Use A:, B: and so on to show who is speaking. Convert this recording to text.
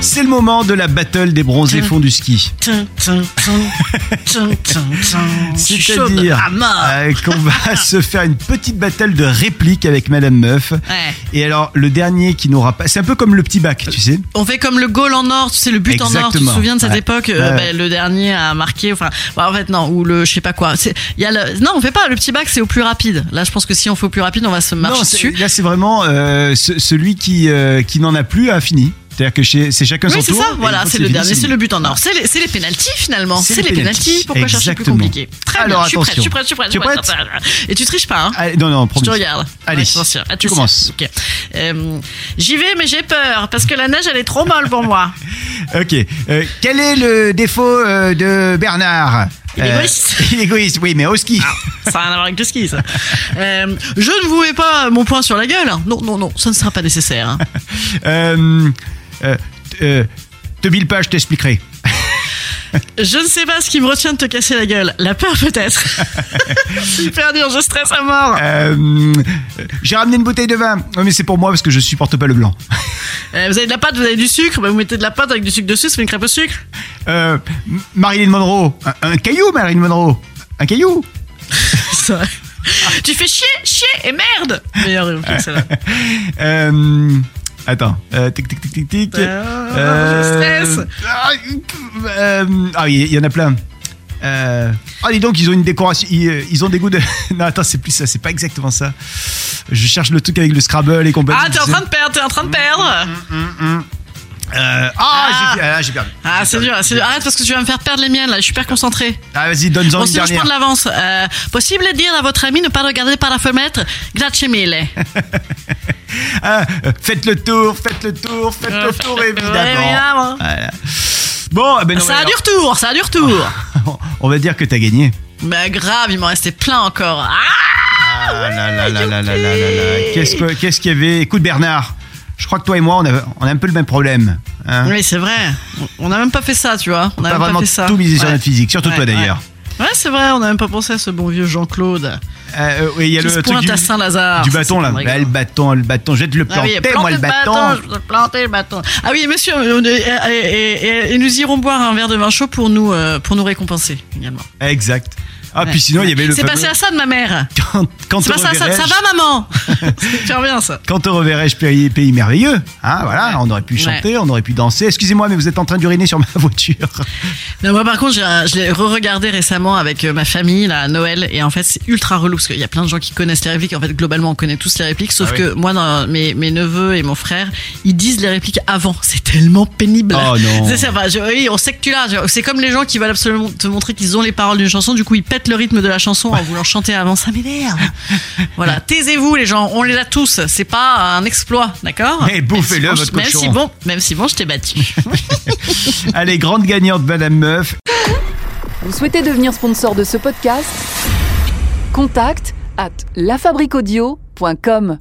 A: C'est le moment de la battle des
B: Mmh.
A: bronzés fonds du ski.
B: Tin, tin, tin, tin, tin, tin. Je suis chaude Ah,
A: C'est-à-dire
B: à mort.
A: euh, qu'on va se faire une petite battle de répliques avec Madame Meuf.
B: Ouais.
A: Et alors, le dernier qui n'aura pas. C'est un peu comme le petit bac, tu sais.
B: On fait comme le goal en or, c'est le but en or. Tu te
A: Exactement.
B: souviens de cette
A: Ouais.
B: époque euh,
A: Ouais.
B: bah, Le dernier a marqué, enfin, bah, en fait non, ou le je sais pas quoi. C'est- il Y a le, non, on fait pas le petit bac, c'est au plus rapide. Là, je pense que si on fait au plus rapide, on va se marcher
A: Non, c'est-
B: dessus.
A: là, c'est vraiment euh, ce- celui qui, euh, qui n'en a plus a fini. C'est-à-dire que chez- c'est chacun
B: Oui,
A: son
B: c'est
A: tour.
B: ça.
A: et
B: Voilà,
A: quand
B: c'est le
A: fini,
B: dernier, c'est
A: fini.
B: le but en or. C'est les, c'est les pénalties finalement.
A: C'est
B: C'est
A: les
B: les pénalties.
A: pénalties.
B: Pourquoi chercher plus
A: Exactement.
B: compliqué Très
A: Alors,
B: bien. Je suis prête. Je suis prête. Je suis prête.
A: Tu es
B: je suis prête. Et tu triches pas. hein
A: Allez, non, non,
B: Je
A: promis.
B: te regarde.
A: Allez,
B: Ouais, attention,
A: tu
B: attention.
A: commences.
B: Ok. Euh, J'y vais, mais j'ai peur parce que la neige, elle est trop molle pour moi.
A: Ok. Euh, quel est le défaut euh, de Bernard Euh,
B: Il est égoïste. Ah.
A: Il est égoïste, oui, mais au ski.
B: Ça n'a rien à voir avec le ski, ça. Euh, je ne vous mets pas mon poing sur la gueule. Non, non, non, ça ne sera pas nécessaire. hein.
A: Euh, euh, euh, Toby Lepage, je t'expliquerai.
B: Je ne sais pas ce qui me retient de te casser la gueule. La peur, peut-être. C'est hyper dur, je stresse à mort.
A: Euh, J'ai ramené une bouteille de vin. Oui, mais c'est pour moi parce que je supporte pas le blanc.
B: Euh, vous avez de la pâte, vous avez du sucre. Bah, vous mettez de la pâte avec du sucre dessus, ça fait une crêpe au sucre.
A: Euh, M- Marilyn Monroe. Un, un caillou, Marilyn Monroe. Un caillou.
B: C'est vrai. tu fais chier, chier et merde. Meilleure réplique, celle-là.
A: Euh, attends. Euh, tic, tic, tic, tic, tic.
B: Ah,
A: Euh,
B: je stresse.
A: ah, euh, ah oui, il y en a plein. Euh, ah, dis donc, ils ont une décoration. Ils, euh, ils ont des goûts de. Non, attends, c'est plus ça, c'est pas exactement ça. Je cherche le truc avec le Scrabble et compagnie.
B: Ah, t'es en
A: tu sais.
B: train de perdre, t'es en train de perdre.
A: Euh, ah,
B: Ah.
A: j'ai- ah, j'ai perdu.
B: Ah, c'est dur, c'est dur. Arrête parce que tu vas me faire perdre les miennes, là. Je suis hyper concentré.
A: Ah, vas-y, donne-en
B: Bon,
A: une
B: sinon, je
A: dernière.
B: prends de l'avance. Euh, possible de dire à votre ami ne pas regarder par la fenêtre Grazie mille.
A: Ah, euh, faites le tour, faites le tour, faites
B: Euh,
A: le tour,
B: Ouais,
A: évidemment.
B: évidemment.
A: Voilà. Bon, ah ben non,
B: eh ça
A: mais
B: a du retour, ça a du retour.
A: alors, on va dire que t'as gagné.
B: Mais grave, il m'en restait plein encore. Ah
A: Ah là là là là là là
B: youpi.
A: là là. Qu'est-ce que- qu'est-ce qu'il y avait Écoute, Bernard, je crois que toi et moi, on a, on a un peu le même problème. hein.
B: oui, c'est vrai. On n'a même pas fait ça, tu vois. On n'a
A: pas
B: même
A: vraiment
B: pas fait ça.
A: tout misé sur
B: Ouais.
A: notre physique, surtout
B: Ouais,
A: toi d'ailleurs.
B: Ouais, Ouais, c'est vrai, on n'a même pas pensé à ce bon vieux Jean-Claude.
A: Euh, euh, oui, il y a
B: Qui
A: le
B: se
A: truc
B: pointe
A: du,
B: à Saint-Lazare.
A: du
B: Ça,
A: bâton
B: c'est
A: là.
B: pas
A: Ah, le
B: rigolo.
A: bâton, le bâton, jette le
B: Ah oui,
A: planter, moi
B: plantez
A: le bâton.
B: je- plantez le bâton. Ah oui, monsieur, on est- et, euh, et- et- et nous irons boire un verre de vin chaud pour nous, euh, pour nous récompenser également.
A: Exact. Ah,
B: Ouais.
A: puis sinon, il y avait le
B: C'est
A: fameux-
B: passé à ça de ma mère.
A: Quand, quand
B: C'est
A: te
B: pas ça, ça,
A: reverrai-je-
B: ça va maman C'est super bien ça
A: Quand te reverrai-je pays, pays merveilleux hein, voilà, On aurait pu
B: Ouais.
A: chanter, on aurait pu danser. Excusez-moi, mais vous êtes en train d'uriner sur ma voiture.
B: Non, Moi par contre j'ai un- je l'ai re-regardé récemment avec euh, ma famille là, à Noël et en fait c'est ultra relou parce qu'il y a plein de gens qui connaissent les répliques en fait globalement on connaît tous les répliques sauf
A: Ah oui.
B: que moi dans mes, mes neveux et mon frère ils disent les répliques avant c'est tellement pénible
A: Oh non.
B: C'est ça, enfin, je- oui, on sait que tu l'as Je- c'est comme les gens qui veulent absolument te montrer qu'ils ont les paroles d'une chanson du coup ils pètent le rythme de la chanson en voulant chanter avant ça m'énerve voilà taisez-vous les gens on les a tous c'est pas un exploit d'accord
A: Mais Eh, bouffez-le,
B: Même si
A: votre
B: bon, je-
A: cochon.
B: Même si bon, même si bon je t'ai battu
A: Allez, grande gagnante, Madame Meuf.
C: Vous souhaitez devenir sponsor de ce podcast Contact à lafabriquaudio.com.